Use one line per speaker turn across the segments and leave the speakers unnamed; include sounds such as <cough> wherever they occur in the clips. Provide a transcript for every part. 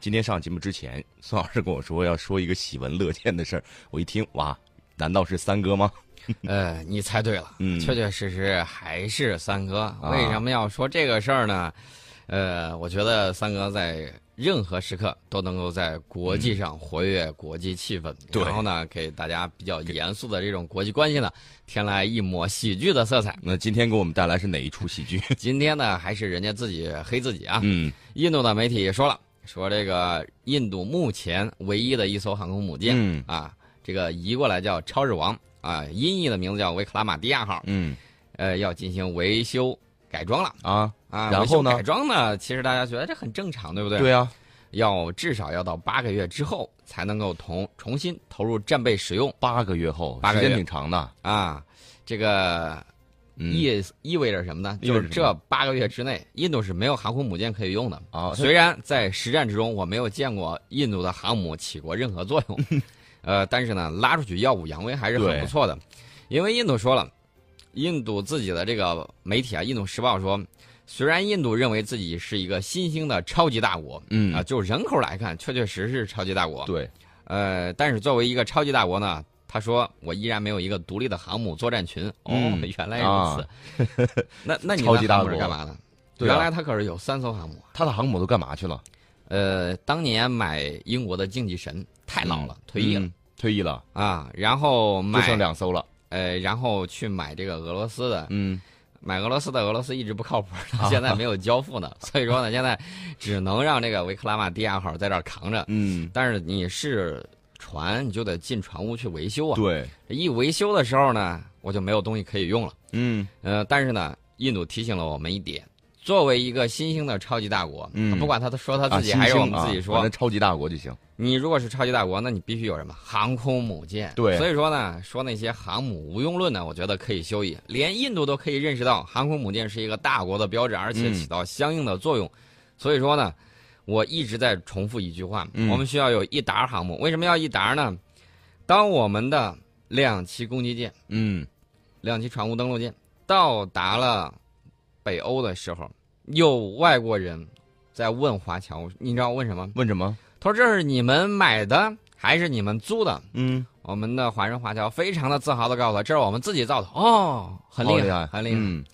今天上节目之前，孙老师跟我说要说一个喜闻乐见的事儿，我一听哇，难道是三哥吗？
呃，你猜对了，
嗯啊
确确实实还是三哥。为什么要说这个事儿呢？呃，我觉得三哥在任何时刻都能够在国际上活跃国际气氛，
嗯对
然后呢，给大家比较严肃的这种国际关系呢，添来一抹喜剧的色彩。
<laughs> 那今天给我们带来是哪一出喜剧？
今天呢，还是人家自己黑自己啊。
<laughs> 嗯
印度的媒体也说了，说这个印度目前唯一的一艘航空母舰、
嗯
啊，这个移过来叫超日王啊，音译的名字叫维克拉玛蒂亚号。
嗯
呃，要进行维修改装了
啊，
啊。
然后呢
维修改装呢，其实大家觉得这很正常，对不对？
对啊，
要至少要到八个月之后才能够同重新投入战备使用
八个月后，
八个
时
月
间挺长的。
啊。这个
嗯
意、意味着什么呢？
意味
就
着
是
什么
这八个月之内，印度是没有航空母舰可以用的。
啊，
虽然在实战之中，我没有见过印度的航母起过任何作用，
<laughs>
呃，但是呢，拉出去耀武扬威还是很
对
不错的。因为印度说了，印度自己的这个媒体啊，《印度时报》说，虽然印度认为自己是一个新兴的超级大国啊、
嗯
就人口来看，确确实实是超级大国。
对，
呃，但是作为一个超级大国呢，他说我依然没有一个独立的航母作战群。哦，
嗯
原来如
<laughs>
此。那那你
超级
的
大
航母是
国
干嘛的？
对啊
原来他可是有三艘航母啊。
他的航母都干嘛去了？
呃，当年买英国的竞技神太老了，退役了、
嗯，退役了，
啊，然后
就剩
买
两艘了。
呃，然后去买这个俄罗斯的，
嗯，啊
买俄罗斯的，俄罗斯一直不靠谱，
<laughs>
到现在没有交付呢，所以说呢，现在只能让这个维克拉玛蒂亚号在这儿扛着，
嗯，
但是你是船，你就得进船坞去维修啊，
对，
一维修的时候呢，我就没有东西可以用了，
嗯
呃，但是呢，印度提醒了我们一点。作为一个新兴的超级大国，
嗯
不管他说他
啊
自己、
新
还是我
兴
们
啊
自己说，
反正超级大国就行。
你如果是超级大国，那你必须有什么航空母舰。
对
所以说呢，说那些航母无用论呢，我觉得可以休矣。连印度都可以认识到航空母舰是一个大国的标志，而且
嗯
起到相应的作用。所以说呢，我一直在重复一句话：
嗯
我们需要有一打航母。为什么要一打呢？当我们的两栖攻击舰、
嗯，
两栖船坞登陆舰到达了北欧的时候，有外国人在问华侨，你知道问什么吗？
问什么？
他说：“这是你们买的还是你们租的
嗯，？”
我们的华人华侨非常的自豪的告诉他：“这是我们自己造的。”哦，很
好
厉
厉害，
很厉害
嗯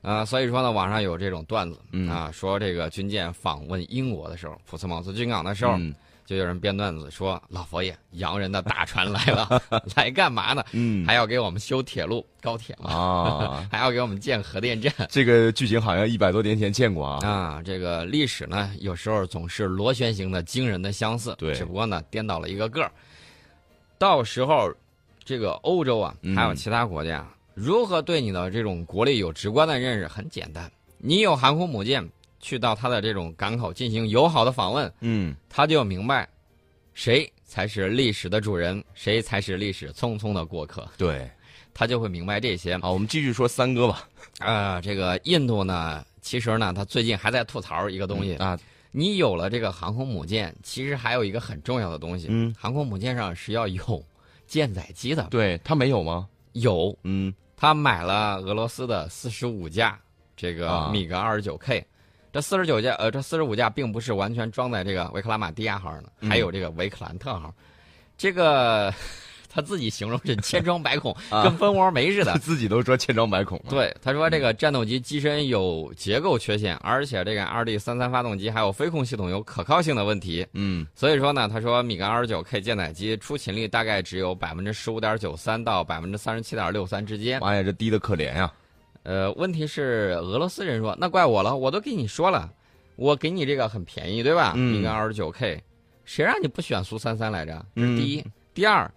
啊、所以说呢，网上有这种段子啊、
嗯
说这个军舰访问英国的时候，普斯茅斯军港的时候，
嗯
就有人编段子说：“老佛爷，洋人的大船来了， <laughs> 来干嘛呢？
嗯
还要给我们修铁路、高铁
<laughs>
嘛，
啊，
还要给我们建核电站。”
这个剧情好像一百多年前见过啊。
啊，这个历史呢，有时候总是螺旋形的惊人的相似，
对
只不过呢颠倒了一个个儿。到时候，这个欧洲啊，还有
嗯
其他国家啊，如何对你的这种国力有直观的认识，很简单，你有航空母舰去到它的这种港口进行友好的访问，
嗯，
他就明白谁才是历史的主人，谁才是历史匆匆的过客，
对。
他就会明白这些。
好，我们继续说三哥吧。
啊，这个印度呢，其实呢，他最近还在吐槽一个东西。
啊，
你有了这个航空母舰，其实还有一个很重要的东西，
嗯
航空母舰上是要有舰载机的，
对他没有吗？
有。
嗯，
他买了俄罗斯的四十五架这个
啊
米格二十九 K，、这四十九架呃这四十五架并不是完全装在这个维克拉玛蒂亚号上的，
嗯
还有这个维克兰特号，这个 <laughs> 他自己形容是千疮百孔，
<laughs> 啊嗯
跟蜂窝煤似的
<laughs> 他。 <laughs> 自己都说千疮百孔了。
对，他说这个战斗机机身有结构缺陷，而且这个二 D 三三发动机还有飞控系统有可靠性的问题。
嗯
所以说呢，他说米格二十九 K 舰载机出勤率大概只有百分之十五点九三到百分之三十七点六三之间。
妈呀，这低的可怜啊呀。
呃，问题是俄罗斯人说那怪我了，我都跟你说了，我给你这个很便宜，对吧？
嗯
米格二十九 K，谁让你不选苏三三来着？这是
嗯
第一，第二，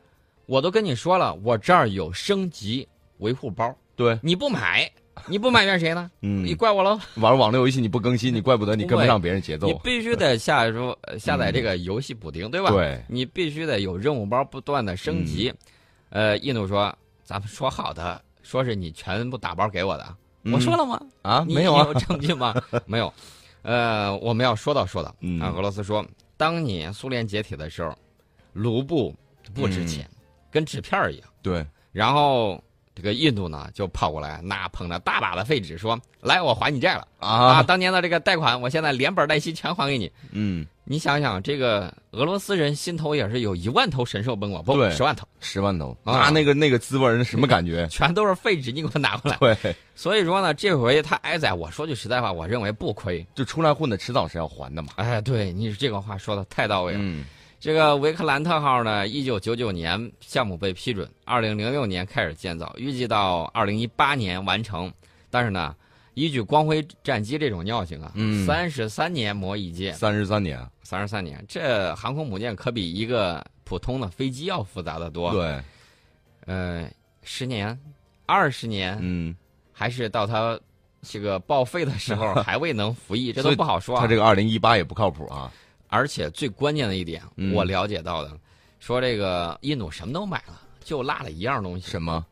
我都跟你说了，我这儿有升级维护包，
对，
你不买，你不买怨谁呢？
嗯
你，怪我喽，
玩网络游戏你不更新，你怪不得你跟不上别人节奏
你。必须得下入呃下载这个游戏补丁，对吧？
对，
你必须得有任务包不断的升
嗯
级。呃，印度说，咱们说好的，说是你全部打包给我的，
嗯
我说了吗？
啊，
你
没有啊
你有。证据吗？ <laughs> 没有。呃，我们要说到说到
嗯
啊，俄罗斯说，当年苏联解体的
嗯
时候，卢布不值钱，跟纸片儿一样。
对，
然后这个印度呢就跑过来，那捧着大把的废纸说：“来，我还你债了啊！
啊，
当年的这个贷款，我现在连本带息全还给你。
嗯，”
你想想，这个俄罗斯人心头也是有一万头神兽奔过，不，
对
十万头，
十万头，
啊
那那个那个滋味儿，那什么感觉？ <laughs>
全都是废纸，你给我拿过来。
对，
所以说呢，这回他挨宰，我说句实在话，我认为不亏。
就出来混的，迟早是要还的嘛。
哎，对你这个话说的太到位了。
嗯
这个维克兰特号呢，一九九九年项目被批准，二零零六年开始建造，预计到二零一八年完成。但是呢，依据光辉战机这种尿性啊，
嗯
三十三年磨一剑，
三十三年，啊
三十三年，这航空母舰可比一个普通的飞机要复杂的多。，
对，
呃，十年、二十年，
嗯，
还是到它这个报废的
<laughs>
时候还未能服役，这
所
都
以
不好说、啊。
他这个二零一八也不靠谱啊。
而且最关键的一点，
嗯
我了解到的，说这个印度什么都买了，就落了一样东西，
什么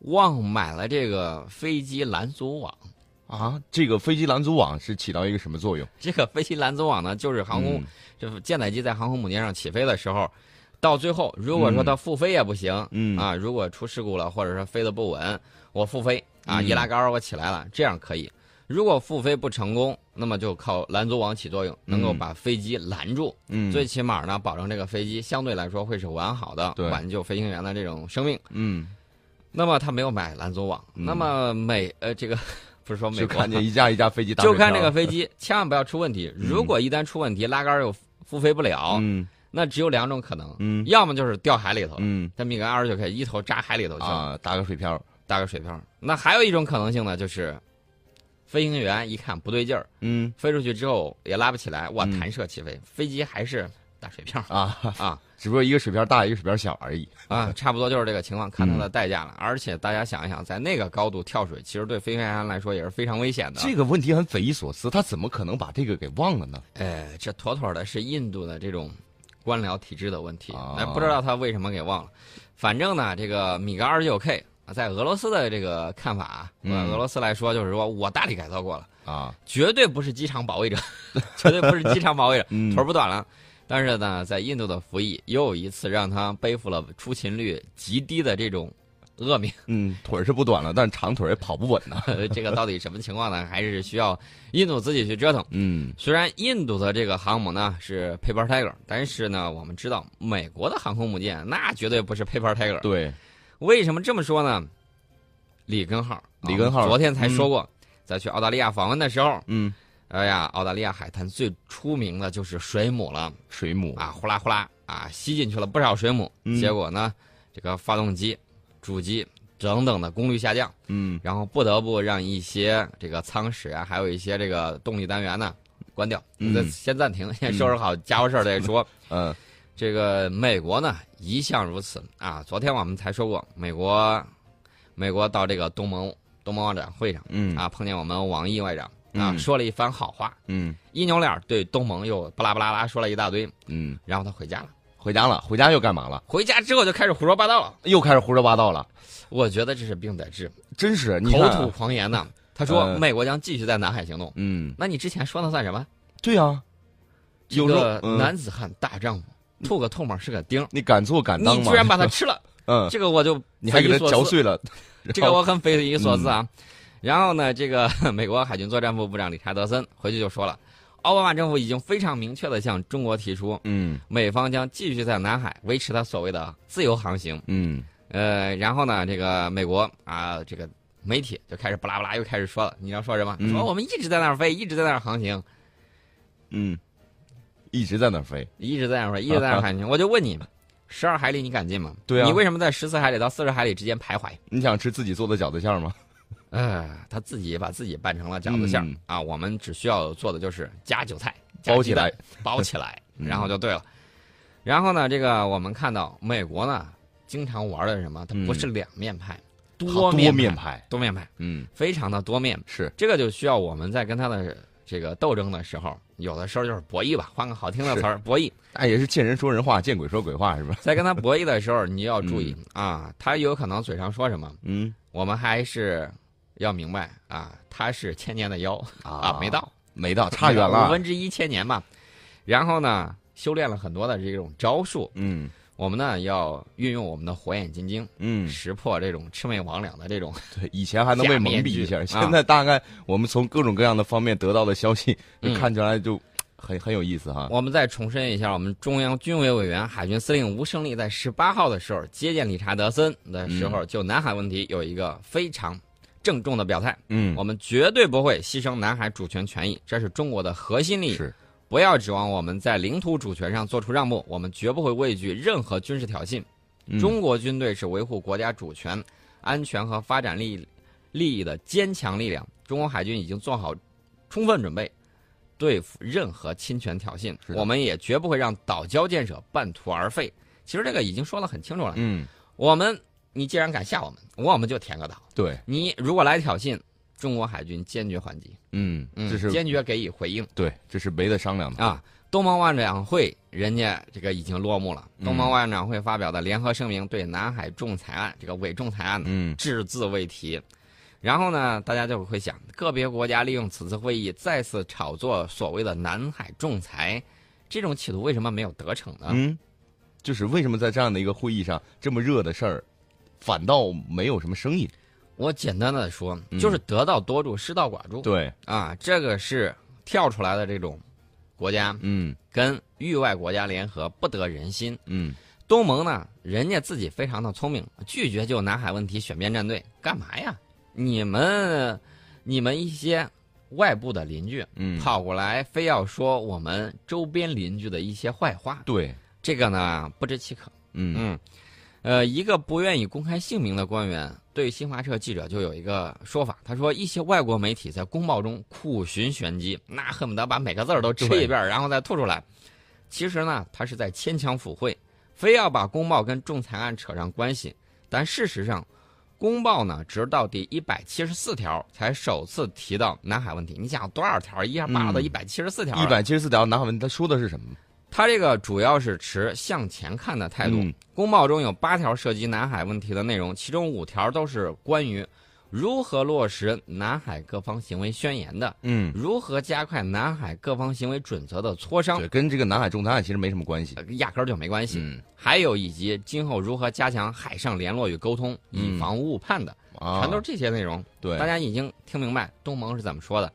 忘买了这个飞机拦阻网。 <laughs>
啊？这个飞机拦阻网是起到一个什么作用？
这个飞机拦阻网呢，就是航空
嗯，
就是舰载机在航空母舰上起飞的时候，到最后如果说它复飞也不行，
嗯
啊，如果出事故了，或者说飞得不稳，我复飞啊，
嗯
一拉杆儿我起来了，这样可以。如果复飞不成功，那么就靠拦阻网起作用，能够
嗯
把飞机拦住。
嗯，
最起码呢，保证这个飞机相对来说会是完好的，
对
挽救飞行员的这种生命。
嗯，
那么他没有买拦阻网，
嗯
那么美呃这个不是说美
就
国啊
看见一架一架飞机打水
就
漂
看
了，
这个飞机，千万不要出问题。如果一旦出问题，拉杆儿又复飞不了，
嗯
那只有两种可能，
嗯
要么就是掉海里头，
嗯
他米格二十九 K 一头扎海里头去，
啊，打个水漂，
打个水漂。那还有一种可能性呢，就是飞行员一看不对劲儿，
嗯
飞出去之后也拉不起来，哇，
嗯
弹射起飞，飞机还是打水漂
啊，
啊。
只不过一个水漂大，一个水漂小而已。
啊，差不多就是这个情况，看它
嗯
的代价了。而且大家想一想，在那个高度跳水，其实对飞行员来说也是非常危险的。啊
这个问题很匪夷所思，他怎么可能把这个给忘了呢？
呃，这妥妥的是印度的这种官僚体制的问题
啊。
哎、不知道他为什么给忘了。反正呢，这个米格二十九 K 在俄罗斯的这个看法啊，
嗯
俄罗斯来说就是说我大力改造过了，
啊，
绝对不是机场保卫者， <laughs> 绝对不是机场保卫者，
嗯
腿儿不短了。但是呢，在印度的服役又一次让他背负了出勤率极低的这种恶名。
<laughs>
<laughs>
嗯，腿儿是不短了，但长腿儿也跑不稳呢。
呃，这个到底什么情况呢？还是需要印度自己去折腾。
嗯
虽然印度的这个航母呢是 Paper Tiger，但是呢，我们知道美国的航空母舰那绝对不是 Paper Tiger。
对，
为什么这么说呢？里根号，
里根号
啊昨天才说过，在去澳大利亚访问的时候，
嗯，
哎呀，澳大利亚海滩最出名的就是水母了
水母
啊，呼啦呼啦啊，吸进去了不少水母。
嗯
结果呢，这个发动机、主机等等的功率下降。
嗯
然后不得不让一些这个舱室啊，还有一些这个动力单元呢关掉，
嗯
再先暂停，先收拾好家伙事儿再说。
嗯
这个美国呢一向如此啊，昨天我们才说过，美国美国到这个东盟东盟外长会上
嗯
啊，碰见我们王毅外长啊，
嗯
说了一番好话，
嗯
一扭脸对东盟又巴拉巴拉拉说了一大堆，
嗯，
然后他回家了。
回家了，回家又干嘛了？
回家之后就开始胡说八道了，
又开始胡说八道了，
我觉得这是病在治，
真是你
口
看
吐狂言呐。他说
呃
美国将继续在南海行动，
嗯，
那你之前说的算什么？
对啊，
这
有时候
个
嗯
男子汉大丈夫，吐个唾沫是个钉儿，
你敢做敢当
你
吗？
居然把它
<laughs>
吃了，
嗯，
这个我就
你还给他
匪夷所思
嚼，碎了，
<laughs> 这
然
个
后
我很匪夷所思啊。
嗯
然后呢，这个 <laughs> 美国海军作战部部长理查德森回去就说了，奥巴马政府已经非常明确的向中国提出，
嗯
美方将继续在南海维持它所谓的自由航行。
嗯
呃，然后呢，这个美国啊，这个媒体就开始巴拉巴拉又开始说了，你要说什么？
嗯
说我们一直在那儿飞，一直在那儿航行，
嗯，一直在那儿飞，
一直在那儿飞，一直在那儿
<laughs>
喊停。我就问你，十二海里你敢进吗？
对啊
你为什么在十四海里到四十海里之间徘徊？
你想吃自己做的饺子馅儿吗？
呃，他自己把自己拌成了饺子馅儿、
嗯
啊！我们只需要做的就是加韭菜，加
包
鸡
起
蛋
来，，
包起来，
嗯
<laughs> 然后就对了。然后呢，这个我们看到美国呢，经常玩的是什么？它不是两面派，
嗯好
面
多
派
面派，
多面派，
嗯，
非常的多面。
是
这个就需要我们在跟他的这个斗争的时候，有的时候就是博弈吧，换个好听的词儿，博弈。
哎，也是见人说人话，见鬼说鬼话，是吧？
在跟他博弈的时候，你要注意、啊，他有可能嘴上说什么，
嗯
我们还是要明白啊，他是千年的妖啊
啊，
没到，
没到，差远了
五。分之一千年嘛。然后呢，修炼了很多的这种招数，
嗯，
我们呢要运用我们的火眼金睛，
嗯，
识破这种魑魅魍魉的这种。
对，以前还能被
假
蒙
面
蔽一
具
下，
啊
现在大概我们从各种各样的方面得到的消息，就
嗯
看起来就很很有意思哈。
我们再重申一下，我们中央军委委员海军司令吴胜利在十八号的时候接见理查德森的时
嗯
候，就南海问题有一个非常郑重的表态：
嗯，
我们绝对不会牺牲南海主权权益，这是中国的核心利益。
是，
不要指望我们在领土主权上做出让步，我们绝不会畏惧任何军事挑衅。
嗯
中国军队是维护国家主权、安全和发展利益利益的坚强力量。中国海军已经做好充分准备，对付任何侵权挑衅。
是的
我们也绝不会让岛礁建设半途而废。其实这个已经说得很清楚了。
嗯，
我们，你既然敢吓我们，我们就填个岛。
对，
你如果来挑衅，中国海军坚决还击，
嗯，
嗯，
这是
坚决给予回应。
对，这是没得商量的。
啊，东盟万展会人家这个已经落幕了。
嗯
东盟万展会发表的联合声明对南海仲裁案这个伪仲裁案呢
嗯，
只字未提。然后呢，大家就会想，个别国家利用此次会议再次炒作所谓的南海仲裁，这种企图为什么没有得逞呢？
嗯，就是为什么在这样的一个会议上，这么热的事儿，反倒没有什么声音？
我简单的说
嗯，
就是得道多助，失道寡助。
对，
啊，这个是跳出来的这种国家
嗯
跟域外国家联合不得人心。
嗯，
东盟呢，人家自己非常的聪明，拒绝就南海问题选边站队，干嘛呀？你们，你们一些外部的邻居，
嗯
跑过来非要说我们周边邻居的一些坏话，
对，
这个呢不知其可。
嗯
嗯，呃，一个不愿意公开姓名的官员对新华社记者就有一个说法，他说一些外国媒体在公报中苦寻玄机，那恨不得把每个字儿都吃
对
一遍儿，然后再吐出来。其实呢，他是在牵强附会，非要把公报跟仲裁案扯上关系。但事实上，公报呢，直到第一百七十四条才首次提到南海问题。你想多少条？一下扒拉到
嗯
一百七十四条了。
一百七十四条南海问题，他说的是什么？
他这个主要是持向前看的态度。
嗯
公报中有八条涉及南海问题的内容，其中五条都是关于如何落实南海各方行为宣言的，
嗯，
如何加快南海各方行为准则的磋商
对，，跟这个南海仲裁案其实没什么关系。
呃压根儿就没关系。
嗯
还有以及今后如何加强海上联络与沟通，
嗯
以防误判的，
啊，
全都是这些内容。
对
大，家已经听明白东盟是怎么说的。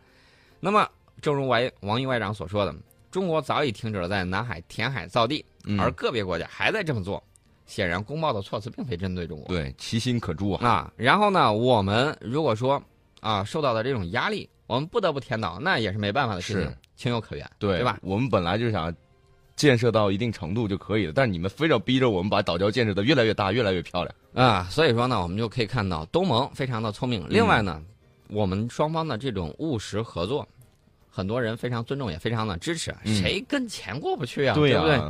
那么，正如王王毅外长所说的，中国早已停止了在南海填海造地，
嗯
而个别国家还在这么做。显然，公报的措辞并非针对中国
对，其心可诛啊。
啊。然后呢，我们如果说啊受到的这种压力，我们不得不填岛，那也是没办法的事
是
情，情有可原，
对
对吧？？
我们本来就想建设到一定程度就可以了，但是你们非要逼着我们把岛礁建设的越来越大、越来越漂亮。
啊，所以说呢，我们就可以看到东盟非常的聪明。另外呢，我们双方的这种务实合作，很多人非常尊重，也非常的支持。
嗯
谁跟钱过不去
呀、
啊？不对？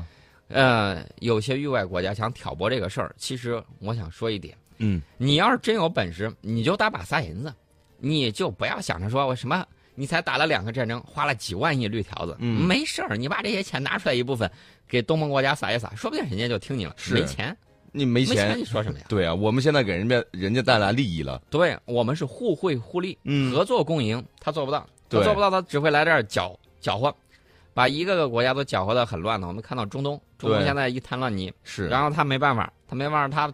呃，有些域外国家想挑拨这个事儿，其实我想说一点，
嗯，
你要是真有本事，你就打把撒银子，你就不要想着说我什么，你才打了两个战争，花了几万亿绿条子，
嗯
没事儿，你把这些钱拿出来一部分给东盟国家撒一撒，说不定人家就听你了。
是
没钱，
你没
没
钱，
你说什么呀？
对啊，我们现在给人家人家带来利益了。
对我们是互惠互利，
嗯
合作共赢，他做不到，他
对
做不到，他只会来这儿搅搅和，把一个个国家都搅和的很乱的。我们看到中东，中东
对
现在一滩乱泥，
是，
然后他没办法，他没办法，他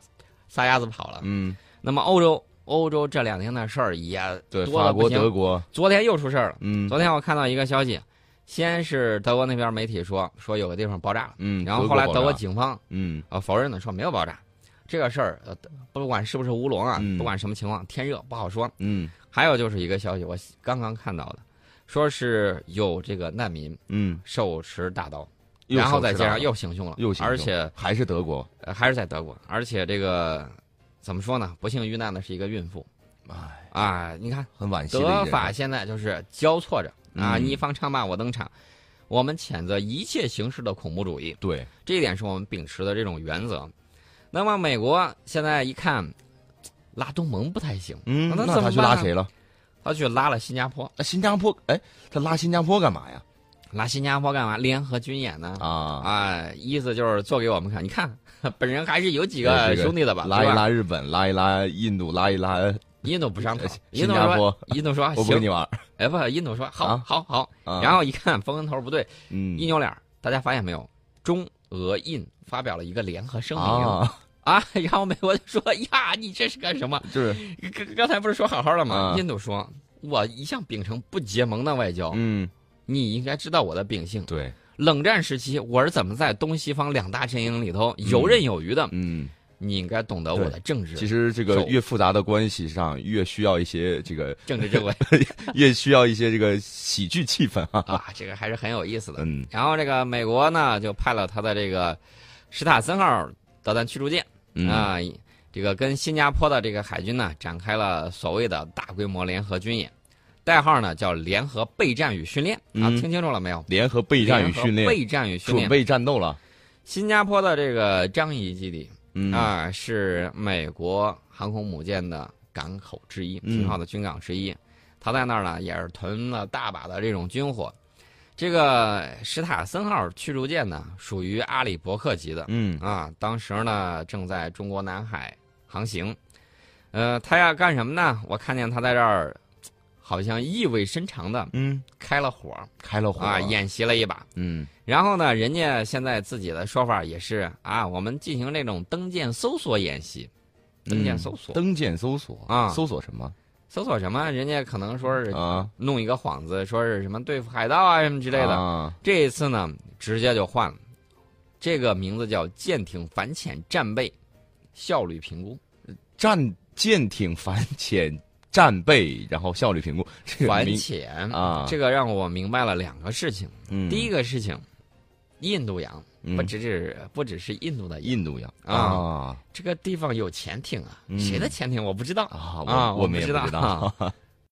撒丫子跑了。
嗯，
那么欧洲，欧洲这两天的事儿也
对，
多
法
了不
国、
行
德国，
昨天又出事儿了。
嗯
昨天我看到一个消息，先是德国那边媒体说说有个地方爆炸了，
嗯，
然后后来
国
德
爆
国
炸
警方
嗯
呃否认了，说没有爆炸。这个事儿，呃，不管是不是乌龙啊，
嗯
不管什么情况，天热不好说。
嗯
还有就是一个消息，我刚刚看到的，说是有这个难民
嗯，
手持大刀，
又
然后在
手持
街
大
上
刀
又行凶了，
又行
而
凶
且、
还是德国，
呃还是在德国，而且这个怎么说呢？不幸遇难的是一个孕妇
哎，
啊！你看，
很惋惜的一
德
件
法
事
现在就是交错着啊，
嗯
你方唱罢我登场。我们谴责一切形式的恐怖主义，
对，
这一点是我们秉持的这种原则。那么美国现在一看，拉东盟不太行，
嗯，
那
那
怎
他
么
去
办啊
拉
呢
谁了？
他去拉了新加坡，
那新加坡，哎，他拉新加坡干嘛呀？
拉新加坡干嘛？联合军演呢？
啊，
啊，意思就是做给我们看。你看，本人还是有几
对
个
呃这个
兄弟的吧？
拉一
啊对吧，
拉日本，拉一拉印度，拉一拉
印度不上头
呃，
印
新
度
加
说，
坡，
印度说
我不跟你
行，
玩儿。
哎不，印度说好
啊
好好，
啊
然后一看风头不对，
嗯
一扭脸儿，大家发现没有？中俄印发表了一个联合声明
啊，
啊然后美国就说呀，你这是干什么？
就是
刚刚才不是说好好的吗？
啊
印度说，我一向秉承不结盟的外交，
嗯，
你应该知道我的秉性。
对，
冷战时期，我是怎么在东西方两大阵营里头游刃有余的？
嗯，
你应该懂得我的政治，
其实这个
手
越复杂的关系上，越需要一些这个， <laughs>
政治正位
越需要一些这个喜剧气氛
<laughs>
啊，
啊，这个还是很有意思的。
嗯
然后这个美国呢，就派了他的这个史塔森号导弹驱逐舰
嗯
啊、这个跟新加坡的这个海军呢展开了所谓的大规模联合军演，代号呢叫联合备战与训练啊，
嗯
听清楚了没有？
联合备战与训
联
练，
合备战与训
准
练。
备战斗了，
新加坡的这个樟宜基地
嗯
啊，是美国航空母舰的港口之一，
嗯
挺好的军港之一。它在那儿呢，也是囤了大把的这种军火。这个史塔森号驱逐舰呢，属于阿里伯克级的
嗯
啊，当时呢正在中国南海航行。呃，他要干什么呢？我看见他在这儿，好像意味深长的
嗯，
开了火
开了火
啊，演习了一把。
嗯
然后呢，人家现在自己的说法也是啊，我们进行这种登舰搜索演习，登舰搜索，
嗯登舰搜索
啊
搜索什么
搜索什么？人家可能说是
啊
弄一个幌子，说是什么对付海盗啊什么之
之
类的。
啊，
这一次呢，直接就换了，这个名字叫舰艇反潜战备效率评估，
战舰艇反潜战备，然后效率评估， <laughs> 这个
反
名
潜
啊
这个让我明白了两个事情。
嗯
第一个事情，印度洋
嗯
不只是、不只是印度的洋，
印度洋
啊
啊
这个地方有潜艇啊，
嗯
谁的潜艇我不知道。
啊
啊
我
我
们
不
也
知
不
道啊
知道，